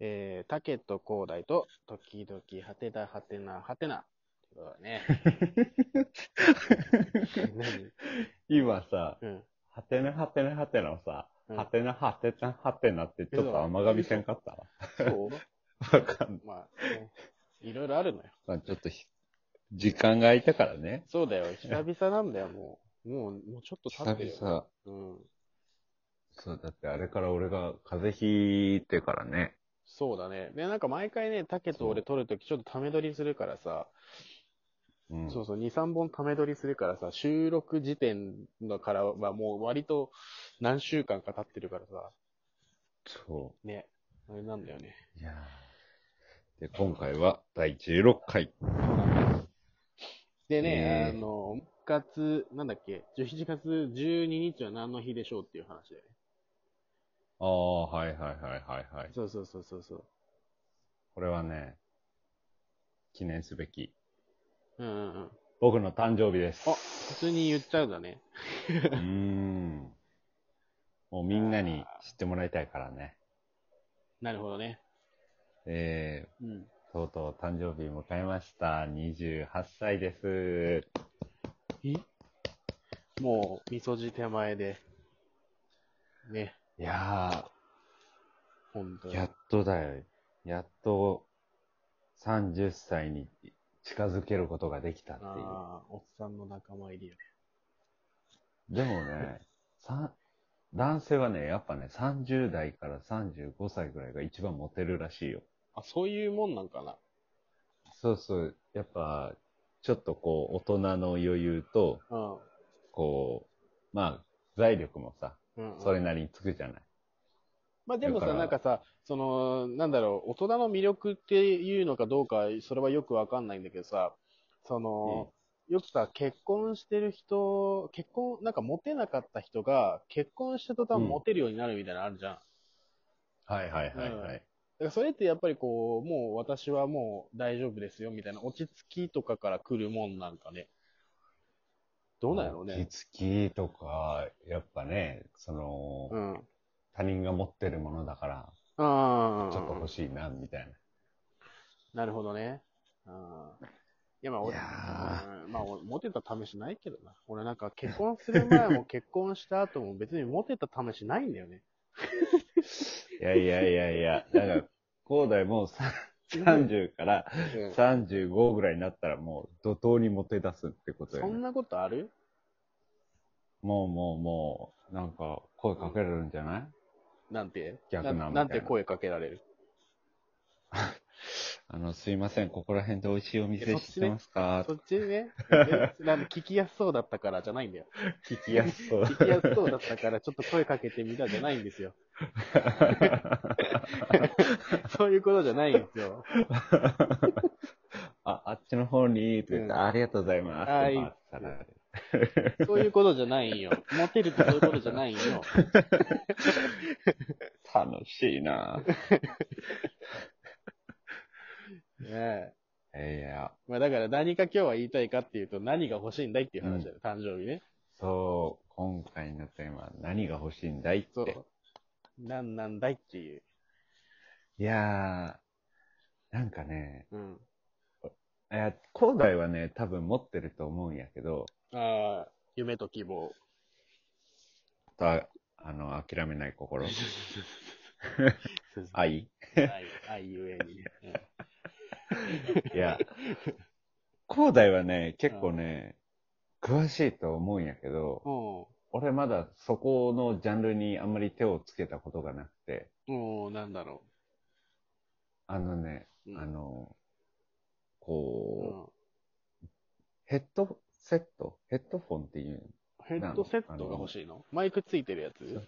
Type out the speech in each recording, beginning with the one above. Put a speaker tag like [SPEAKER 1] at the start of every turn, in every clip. [SPEAKER 1] えー、タケとコウダイと、時々、はてだ、はてな、はてな。ということだね。 何
[SPEAKER 2] 今さ、
[SPEAKER 1] うん。
[SPEAKER 2] はてなはてなはてなをさ、
[SPEAKER 1] うん
[SPEAKER 2] はてなはてなはてなってちょっと甘噛みせんかった
[SPEAKER 1] そう
[SPEAKER 2] わかんない。
[SPEAKER 1] まあ、ね、いろいろあるのよ。
[SPEAKER 2] まあ、ちょっとひ、時間が空いたからね。
[SPEAKER 1] そうだよ。久々なんだよ、もう。もう、もうちょっと経
[SPEAKER 2] 久
[SPEAKER 1] ってるよ。
[SPEAKER 2] 々。
[SPEAKER 1] うん。
[SPEAKER 2] そう、だってあれから俺が風邪ひいてからね。
[SPEAKER 1] そうだね。で、なんか毎回ね、タケと俺撮るときちょっとため撮りするからさ、
[SPEAKER 2] うん。
[SPEAKER 1] そうそう、2、3本ため撮りするからさ、収録時点のからはもう割と何週間か経ってるからさ、
[SPEAKER 2] そ
[SPEAKER 1] ね。あれなんだよね。
[SPEAKER 2] う。いやーで、今回は第16回。
[SPEAKER 1] でね、
[SPEAKER 2] えー
[SPEAKER 1] あの、月、なんだっけ、11月12日は何の日でしょうっていう話だよね。
[SPEAKER 2] ああ、はいはいはいはいはい。
[SPEAKER 1] そうそうそうそうそう。
[SPEAKER 2] これはね、記念すべき。
[SPEAKER 1] うんうんうん。
[SPEAKER 2] 僕の誕生日です。
[SPEAKER 1] あ、普通に言っちゃうんだね。
[SPEAKER 2] うーん。もうみんなに知ってもらいたいからね。
[SPEAKER 1] なるほどね。
[SPEAKER 2] え
[SPEAKER 1] うん。
[SPEAKER 2] ー、とうとう誕生日迎えました。28歳です。
[SPEAKER 1] もう、みそじ手前で。ね、
[SPEAKER 2] いや
[SPEAKER 1] ほんと
[SPEAKER 2] ー、
[SPEAKER 1] に。
[SPEAKER 2] やっとだよ。やっと30歳に近づけることができたっていう。
[SPEAKER 1] ああ、おっさんの仲間入りよ。
[SPEAKER 2] でもね、さ男性はね、やっぱね、30代から35歳ぐらいが一番モテるらしいよ。
[SPEAKER 1] あ、そういうもんなんかな。
[SPEAKER 2] そうそう。やっぱ、ちょっとこう、大人の余裕と、
[SPEAKER 1] うん。
[SPEAKER 2] こう、まあ、財力もさ、
[SPEAKER 1] うん、うん。
[SPEAKER 2] それなりにつくじゃない。
[SPEAKER 1] まあでもさ、
[SPEAKER 2] だから
[SPEAKER 1] なんかさ、その、なんだろう、大人の魅力っていうのかどうか、それはよくわかんないんだけどさ、その、よくさ、結婚してる人、結婚、なんかモテなかった人が、結婚した途端
[SPEAKER 2] うん
[SPEAKER 1] モテるようになるみたいなのあるじゃん。だ
[SPEAKER 2] はいはいはいは
[SPEAKER 1] うん
[SPEAKER 2] い。
[SPEAKER 1] からそれってやっぱりこう、もう私はもう大丈夫ですよみたいな落ち着きとかから来るもんなんかね。どうなんやろうね。
[SPEAKER 2] 落ち着きとか、やっぱね、その、
[SPEAKER 1] うん。あ
[SPEAKER 2] 他人が持ってるものだから、
[SPEAKER 1] あ。
[SPEAKER 2] ちょっと欲しいな、みたい
[SPEAKER 1] なるほどね。うん。いや、まあ、俺、
[SPEAKER 2] いや
[SPEAKER 1] うんまあ、俺モテた試しないけどな。俺なんか結婚する前も結婚した後も別にモテた試しないんだよね。
[SPEAKER 2] な。いやいやいやいや、なんか、高台もうさ30から
[SPEAKER 1] うん
[SPEAKER 2] 35ぐらいになったらもう怒涛にモテ出すってこと
[SPEAKER 1] そ
[SPEAKER 2] よ、
[SPEAKER 1] ん
[SPEAKER 2] ね。
[SPEAKER 1] なことある
[SPEAKER 2] もうもうもう、なんか声かけられるんじゃない、
[SPEAKER 1] なんて
[SPEAKER 2] 逆なみたいなん
[SPEAKER 1] て声かけられる。
[SPEAKER 2] あの、すいません、ここら辺で美味しいお
[SPEAKER 1] い
[SPEAKER 2] 店
[SPEAKER 1] やそっ
[SPEAKER 2] 知っ
[SPEAKER 1] ちね
[SPEAKER 2] てますか、
[SPEAKER 1] そっち ね、なんか聞きやすそうだったからじゃないんだよ。
[SPEAKER 2] 聞きやすそう。
[SPEAKER 1] 聞きやすそうだったからちょっと声かけてみたじゃないんです よ。そういうことじゃないんですよ。
[SPEAKER 2] あ、あっちの方に、って言っ
[SPEAKER 1] う
[SPEAKER 2] て、
[SPEAKER 1] ん
[SPEAKER 2] ありがとうございます。
[SPEAKER 1] はい
[SPEAKER 2] って回ったら
[SPEAKER 1] そういうことじゃないんよ。モテるってそういうことじゃないんよ。
[SPEAKER 2] 楽しいな ぁ。
[SPEAKER 1] ねえ。
[SPEAKER 2] いや、
[SPEAKER 1] まあだから何か今日は言いたいかっていうと何が欲しいんだいっていう話だよ、誕生日ね。
[SPEAKER 2] そう、今回のテーマ、何が欲しいんだい
[SPEAKER 1] そ
[SPEAKER 2] っ
[SPEAKER 1] う
[SPEAKER 2] て。。
[SPEAKER 1] なんなんだいっていう。
[SPEAKER 2] いやー、なんかね、
[SPEAKER 1] うん。
[SPEAKER 2] いや、高台はね、多分持ってると思うんやけど、
[SPEAKER 1] ああ、夢と希望。
[SPEAKER 2] ああの、諦めない 心、
[SPEAKER 1] 愛。
[SPEAKER 2] 愛
[SPEAKER 1] 愛ゆえにね。
[SPEAKER 2] いや、高台はね、結構ね、詳しいと思うんやけど、
[SPEAKER 1] うん。
[SPEAKER 2] 俺まだそこのジャンルにあんまり手をつけたことがなくて、
[SPEAKER 1] うん。うん、なんだろ
[SPEAKER 2] あのね、
[SPEAKER 1] う。うん
[SPEAKER 2] あ、の、
[SPEAKER 1] う
[SPEAKER 2] こう、
[SPEAKER 1] ん
[SPEAKER 2] ヘッドセットヘッドフォンっていう
[SPEAKER 1] ヘッドセットが欲しいのマイクついてるやつ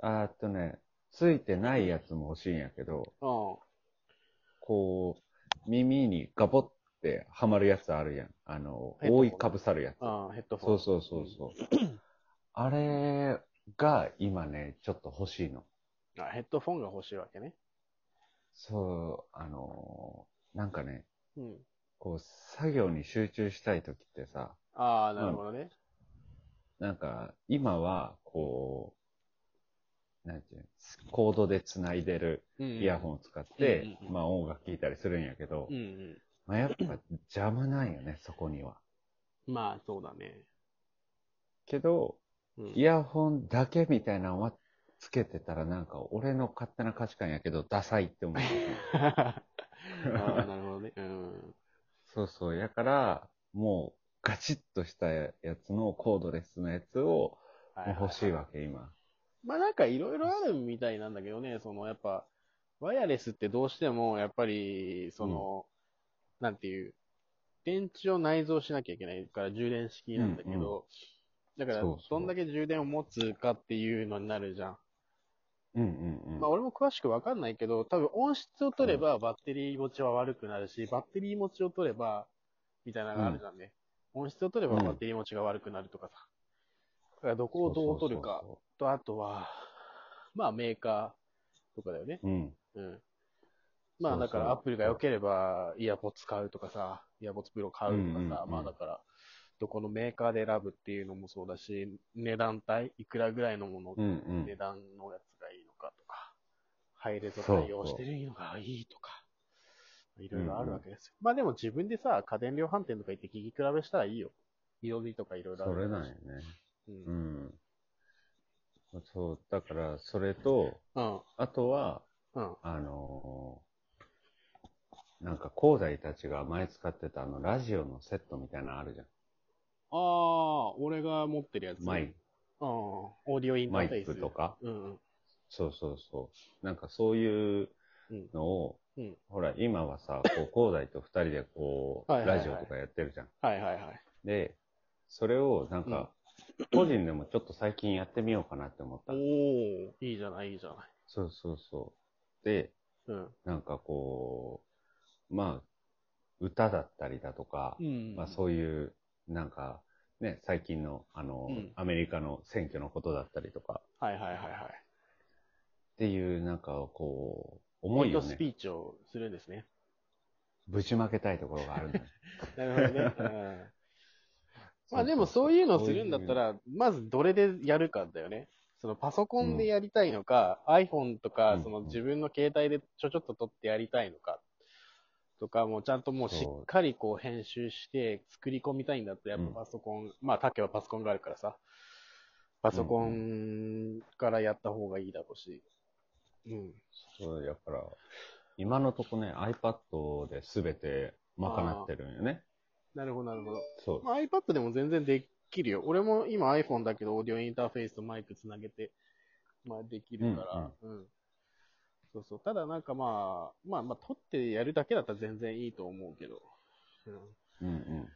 [SPEAKER 2] あーっとね、ついてないやつも欲しいんやけど、
[SPEAKER 1] うん。
[SPEAKER 2] こう、耳にガボってはまるやつあるやん。あの、
[SPEAKER 1] ヘッドフォン
[SPEAKER 2] 覆いかぶさるやつ。
[SPEAKER 1] ああ、ヘッドフォ
[SPEAKER 2] そ
[SPEAKER 1] ン。
[SPEAKER 2] うそうそうそう。あれが今ね、ちょっと欲しいの。
[SPEAKER 1] あヘッドフォンが欲しいわけね。
[SPEAKER 2] そう、あのーなんかね、
[SPEAKER 1] うん。
[SPEAKER 2] こう、作業に集中したい時ってさ、
[SPEAKER 1] ああ、なるほどね。
[SPEAKER 2] なんか、今は、こなんていうのコードで繋いでる
[SPEAKER 1] うんうん
[SPEAKER 2] イヤホンを使っ
[SPEAKER 1] う
[SPEAKER 2] て、
[SPEAKER 1] んうんうん
[SPEAKER 2] まあ音楽聴いたりするんやけど、
[SPEAKER 1] うんうん。
[SPEAKER 2] まあやっぱ邪魔なんよね、そこには。
[SPEAKER 1] まあ、そうだね。
[SPEAKER 2] けど、
[SPEAKER 1] うん、
[SPEAKER 2] イヤホンだけみたいなのはつけてたらなんか俺の勝手な価値観やけど、ダサいって思 う。
[SPEAKER 1] あーなるほどね。うん。
[SPEAKER 2] そうそう。やから、もうガチッとしたやつのコードレスのやつを
[SPEAKER 1] は
[SPEAKER 2] もう欲しいわけ、今。
[SPEAKER 1] まあなんかいろいろあるみたいなんだけどね、そのやっぱ、ワイヤレスってどうしても、やっぱり、その、なんていう、電池を内蔵しなきゃいけないから充電式なんだけど、だから
[SPEAKER 2] そうそ
[SPEAKER 1] ど
[SPEAKER 2] うん
[SPEAKER 1] だけ充電を持つかっていうのになるじゃん。
[SPEAKER 2] うんうんうん。
[SPEAKER 1] まあ俺も詳しくわかんないけど、多分音質を取ればバッテリー持ちは悪くなるし、バッテリー持ちを取れば、みたいなのがあるじゃんね。音質を取れば
[SPEAKER 2] うん
[SPEAKER 1] バッテリー持ちが悪くなるとかさ。だからどこをどう取るか。
[SPEAKER 2] そうそうそ
[SPEAKER 1] と、あとは、まあメーカーとかだよね。
[SPEAKER 2] う。うん。
[SPEAKER 1] うん。まあ
[SPEAKER 2] そ
[SPEAKER 1] だ
[SPEAKER 2] うそう
[SPEAKER 1] からアップルが良ければ、イヤポッツ買うとかさ、イヤポッツプロ買うとかさ、
[SPEAKER 2] うんうんうん
[SPEAKER 1] まあだから、どこのメーカーで選ぶっていうのもそうだし、値段帯、いくらぐらいのもの、
[SPEAKER 2] うんうん
[SPEAKER 1] 値。段のやつがいいのかとか、ハイレゾ対応してるのがいいとか、いろいろあるわけですよ。まあでも自分でさ、家電量販店とか行って聞き比べしたらいいよ。色味とかいろいろあ
[SPEAKER 2] そ
[SPEAKER 1] る
[SPEAKER 2] れ
[SPEAKER 1] だろ
[SPEAKER 2] なん
[SPEAKER 1] う
[SPEAKER 2] や
[SPEAKER 1] し
[SPEAKER 2] ね。
[SPEAKER 1] う。
[SPEAKER 2] うんん。そう、だから、それと、
[SPEAKER 1] うん。
[SPEAKER 2] あとは、
[SPEAKER 1] うん。
[SPEAKER 2] あのーなんか、高大たちが前使ってたあの、ラジオのセットみたいなのあるじゃん。
[SPEAKER 1] ああ、俺が持ってるやつ。
[SPEAKER 2] マ
[SPEAKER 1] う
[SPEAKER 2] イ、
[SPEAKER 1] ん。オーディオインタ
[SPEAKER 2] マ
[SPEAKER 1] ーフェ
[SPEAKER 2] イ
[SPEAKER 1] イス。
[SPEAKER 2] クと。か。
[SPEAKER 1] うんうん。
[SPEAKER 2] そうそうそう。なんか、そういう
[SPEAKER 1] うん。
[SPEAKER 2] のを、
[SPEAKER 1] うん
[SPEAKER 2] ほら、今はさ、こう、高大と二人でこう、
[SPEAKER 1] はいはいはい
[SPEAKER 2] ラジオとかやってるじゃん。
[SPEAKER 1] はいはいはい。
[SPEAKER 2] で、それを、なんか、個人でもちょっと最近やってみようかなって思った
[SPEAKER 1] お
[SPEAKER 2] の。
[SPEAKER 1] おいいじゃない、いいじゃない。
[SPEAKER 2] そうそうそう。で、
[SPEAKER 1] うん。
[SPEAKER 2] なんかこう、まあ、歌だったりだとか、
[SPEAKER 1] うん。
[SPEAKER 2] まあそういう、なんか、ね、最近の、あの、
[SPEAKER 1] うん
[SPEAKER 2] アメリカの選挙のことだったりとか、
[SPEAKER 1] はいはいはいはい。
[SPEAKER 2] っていう、なんかこう、
[SPEAKER 1] も
[SPEAKER 2] 思
[SPEAKER 1] う
[SPEAKER 2] いを
[SPEAKER 1] ス
[SPEAKER 2] ね
[SPEAKER 1] ピ、ーチをするんですね。
[SPEAKER 2] ぶちまけたいところがあるのよ
[SPEAKER 1] なるほどね。 うん。 まあでもそういうのをするんだった、ら、まずどれでやるかだよね。そのパソコンでやりたいのか、iPhone と
[SPEAKER 2] う
[SPEAKER 1] か
[SPEAKER 2] んう、ん
[SPEAKER 1] その自分の携帯でちょちょっと撮ってやりたいのか、とか、もうちゃんともうしっかりこう編集して作り込みたいんだったら、やっぱパソコン、まあ、タケはパソコンがあるからさ、パソコンからやった方がいいだろうし。うん。
[SPEAKER 2] そう、やから、今のとこね、iPad で全て賄ってるんよね。
[SPEAKER 1] なるほど、なるほど。
[SPEAKER 2] そう。
[SPEAKER 1] まあ、iPad でも全然できるよ。俺も今 iPhone だけど、オーディオインターフェースとマイクつなげて、まあ、できるから、うん、そうそう。ただなんかまあ、まあまあ、撮ってやるだけだったら全然いいと思うけど。うん。
[SPEAKER 2] うんうん。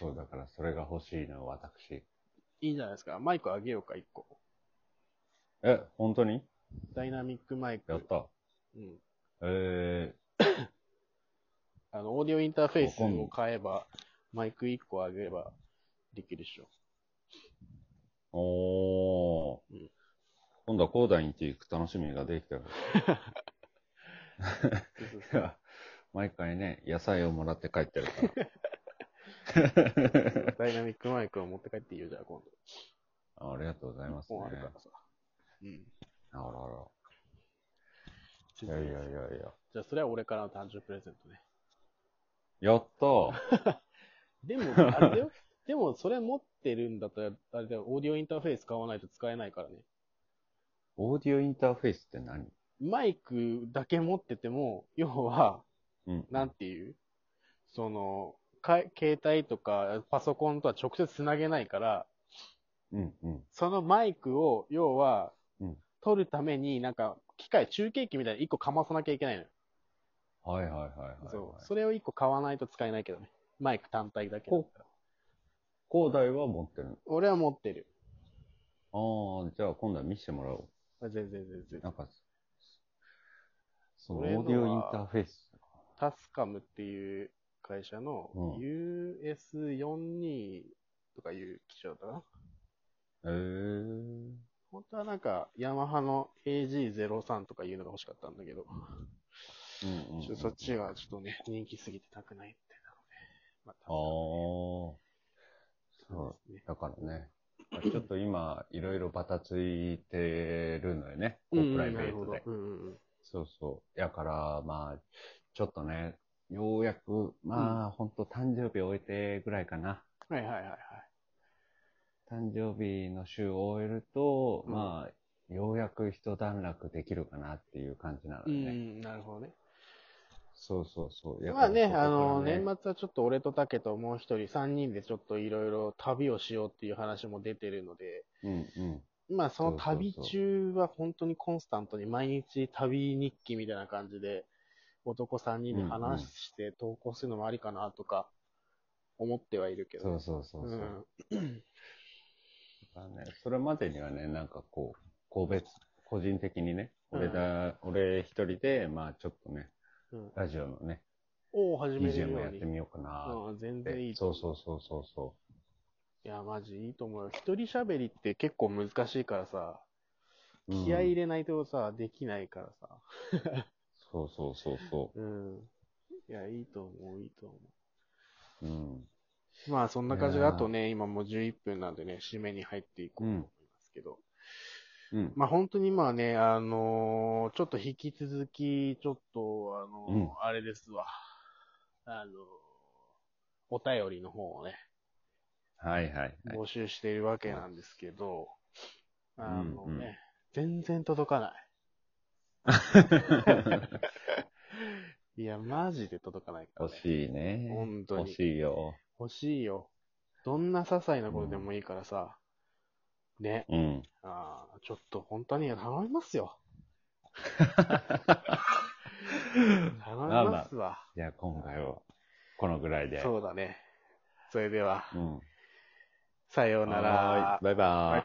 [SPEAKER 2] そう、だからそれが欲しいのよ、私。
[SPEAKER 1] いいんじゃないですか。マイクあげようか、一個。
[SPEAKER 2] え、本当に
[SPEAKER 1] ダイナミックマイク。
[SPEAKER 2] やった。
[SPEAKER 1] うん。
[SPEAKER 2] え
[SPEAKER 1] あの、オーディオインターフェースを買えば、マイク一個あげればできるでしょ。
[SPEAKER 2] ー、お
[SPEAKER 1] う
[SPEAKER 2] ー。
[SPEAKER 1] ん
[SPEAKER 2] 今度は高大に行く楽しみができたよ。
[SPEAKER 1] そうそう
[SPEAKER 2] いや 毎回ね、野菜をもらって帰ってるから。
[SPEAKER 1] そうダイナミックマイクを持って帰っていいよ、じゃあ今度。
[SPEAKER 2] あありがとうございますね
[SPEAKER 1] もう。あるからさ。うん。
[SPEAKER 2] あらあら。いやいやいやいや。
[SPEAKER 1] じゃあ、それは俺からの誕生日プレゼントね。
[SPEAKER 2] やった
[SPEAKER 1] でも、あれだよ。 でも、それ持ってるんだったら、あれだよ、オーディオインターフェース買わないと使えないからね。
[SPEAKER 2] オーディオインターフェースって何
[SPEAKER 1] マイクだけ持ってても、要は、
[SPEAKER 2] うん。
[SPEAKER 1] なんていうその、か携帯とかパソコンとは直接つなげないから、
[SPEAKER 2] うんうん。
[SPEAKER 1] そのマイクを、要は
[SPEAKER 2] うん、
[SPEAKER 1] 取るために、なんか、機械、中継機みたいなの一個かまさなきゃいけないのよ。
[SPEAKER 2] はいはいはいはい、はい。
[SPEAKER 1] そう。それを一個買わないと使えないけどね。マイク単体だけだったら。
[SPEAKER 2] 高台は持ってる
[SPEAKER 1] 俺は持ってる。
[SPEAKER 2] の。ああ、じゃあ今度は見せてもらお
[SPEAKER 1] 全然全然全
[SPEAKER 2] う。
[SPEAKER 1] 然。
[SPEAKER 2] なんか、そう、
[SPEAKER 1] 俺のは
[SPEAKER 2] オーディオインターフェース。
[SPEAKER 1] タスカムっていう会社の
[SPEAKER 2] うん
[SPEAKER 1] US42 とかいう機種だったかな。
[SPEAKER 2] へえー。
[SPEAKER 1] 本当はなんか、ヤマハの AG03 とかいうのが欲しかったんだけど、
[SPEAKER 2] うんうん、
[SPEAKER 1] ちょそっちはちょっとね、人気すぎてたくないってなので、まあ、
[SPEAKER 2] ああ。そ
[SPEAKER 1] そう
[SPEAKER 2] う。
[SPEAKER 1] ですね。
[SPEAKER 2] だからね、まあちょっと今、いろいろバタついてるのよね。こ
[SPEAKER 1] う
[SPEAKER 2] うん
[SPEAKER 1] うん
[SPEAKER 2] プライベ
[SPEAKER 1] なる
[SPEAKER 2] ー
[SPEAKER 1] ほど
[SPEAKER 2] トで。
[SPEAKER 1] うんうんうん
[SPEAKER 2] そうそう。やから、まあ、ちょっとね、ようやく、まあ、ほんと誕生日終えてぐらいかな。
[SPEAKER 1] はいはいはいはい。
[SPEAKER 2] 誕生日の週を終えると、
[SPEAKER 1] うん
[SPEAKER 2] まあ、ようやく一段落できるかなっていう感じなの
[SPEAKER 1] う
[SPEAKER 2] よ
[SPEAKER 1] んう
[SPEAKER 2] ね。
[SPEAKER 1] ん、なるほどね。
[SPEAKER 2] そうそうそう。や
[SPEAKER 1] まあね、
[SPEAKER 2] から
[SPEAKER 1] あ
[SPEAKER 2] そこから
[SPEAKER 1] の、
[SPEAKER 2] ね
[SPEAKER 1] 年末はちょっと俺と竹ともう一人、三人でちょっといろいろ旅をしようっていう話も出てるので、
[SPEAKER 2] うんうん。
[SPEAKER 1] まあその
[SPEAKER 2] そうそうそう
[SPEAKER 1] 旅中は本当にコンスタントに毎日旅日記みたいな感じで、男三人で話して投稿するのもありかなとか、思ってはいるけど
[SPEAKER 2] そ
[SPEAKER 1] ね。
[SPEAKER 2] うそうそうそう。
[SPEAKER 1] うん
[SPEAKER 2] だからね、それまでにはね、なんかこう、個別、個人的にね、俺だ、俺一人で、まあちょっとね、
[SPEAKER 1] うん
[SPEAKER 2] ラジオのね、
[SPEAKER 1] を始める
[SPEAKER 2] BGM
[SPEAKER 1] よ
[SPEAKER 2] をや
[SPEAKER 1] う
[SPEAKER 2] っ
[SPEAKER 1] に
[SPEAKER 2] て。みようかな
[SPEAKER 1] うん、全
[SPEAKER 2] って。
[SPEAKER 1] 然いいと
[SPEAKER 2] そ
[SPEAKER 1] 思
[SPEAKER 2] うそうそうそうそ
[SPEAKER 1] いや、マジいいと思うよ。一人喋りって結構難しいからさ、
[SPEAKER 2] う。うん
[SPEAKER 1] 気合い入れないとさ、できないからさ。
[SPEAKER 2] そうそうそうそ
[SPEAKER 1] うん。いや、いいと思う、いいと思
[SPEAKER 2] う。うん。
[SPEAKER 1] う。まあ、そんな感じで、
[SPEAKER 2] いや
[SPEAKER 1] あ
[SPEAKER 2] ー
[SPEAKER 1] とね、今もう11分なんでね、締めに入っていこうと思いますけど。
[SPEAKER 2] うん。
[SPEAKER 1] まあ、本当にまあね、あのーちょっと引き続き、ちょっと、あのー
[SPEAKER 2] うん
[SPEAKER 1] あれですわ。あのーお便りの方をね、
[SPEAKER 2] はいはいはい。
[SPEAKER 1] 募集しているわけなんですけど、あの
[SPEAKER 2] うんうん
[SPEAKER 1] ね、全然届かない。いや、マジで届かないから、ね。
[SPEAKER 2] 欲しいね。
[SPEAKER 1] 本当に
[SPEAKER 2] 欲しいよ。
[SPEAKER 1] 欲しいよ。どんな些細なことでもいいからさ、ね、
[SPEAKER 2] うん。
[SPEAKER 1] あーちょっと本当に頼みます よ。頼みますわ。
[SPEAKER 2] じゃあ今回は、このぐらいで。
[SPEAKER 1] そうだね。それでは、
[SPEAKER 2] うん。
[SPEAKER 1] さようなら
[SPEAKER 2] はーい。。バイバーイ。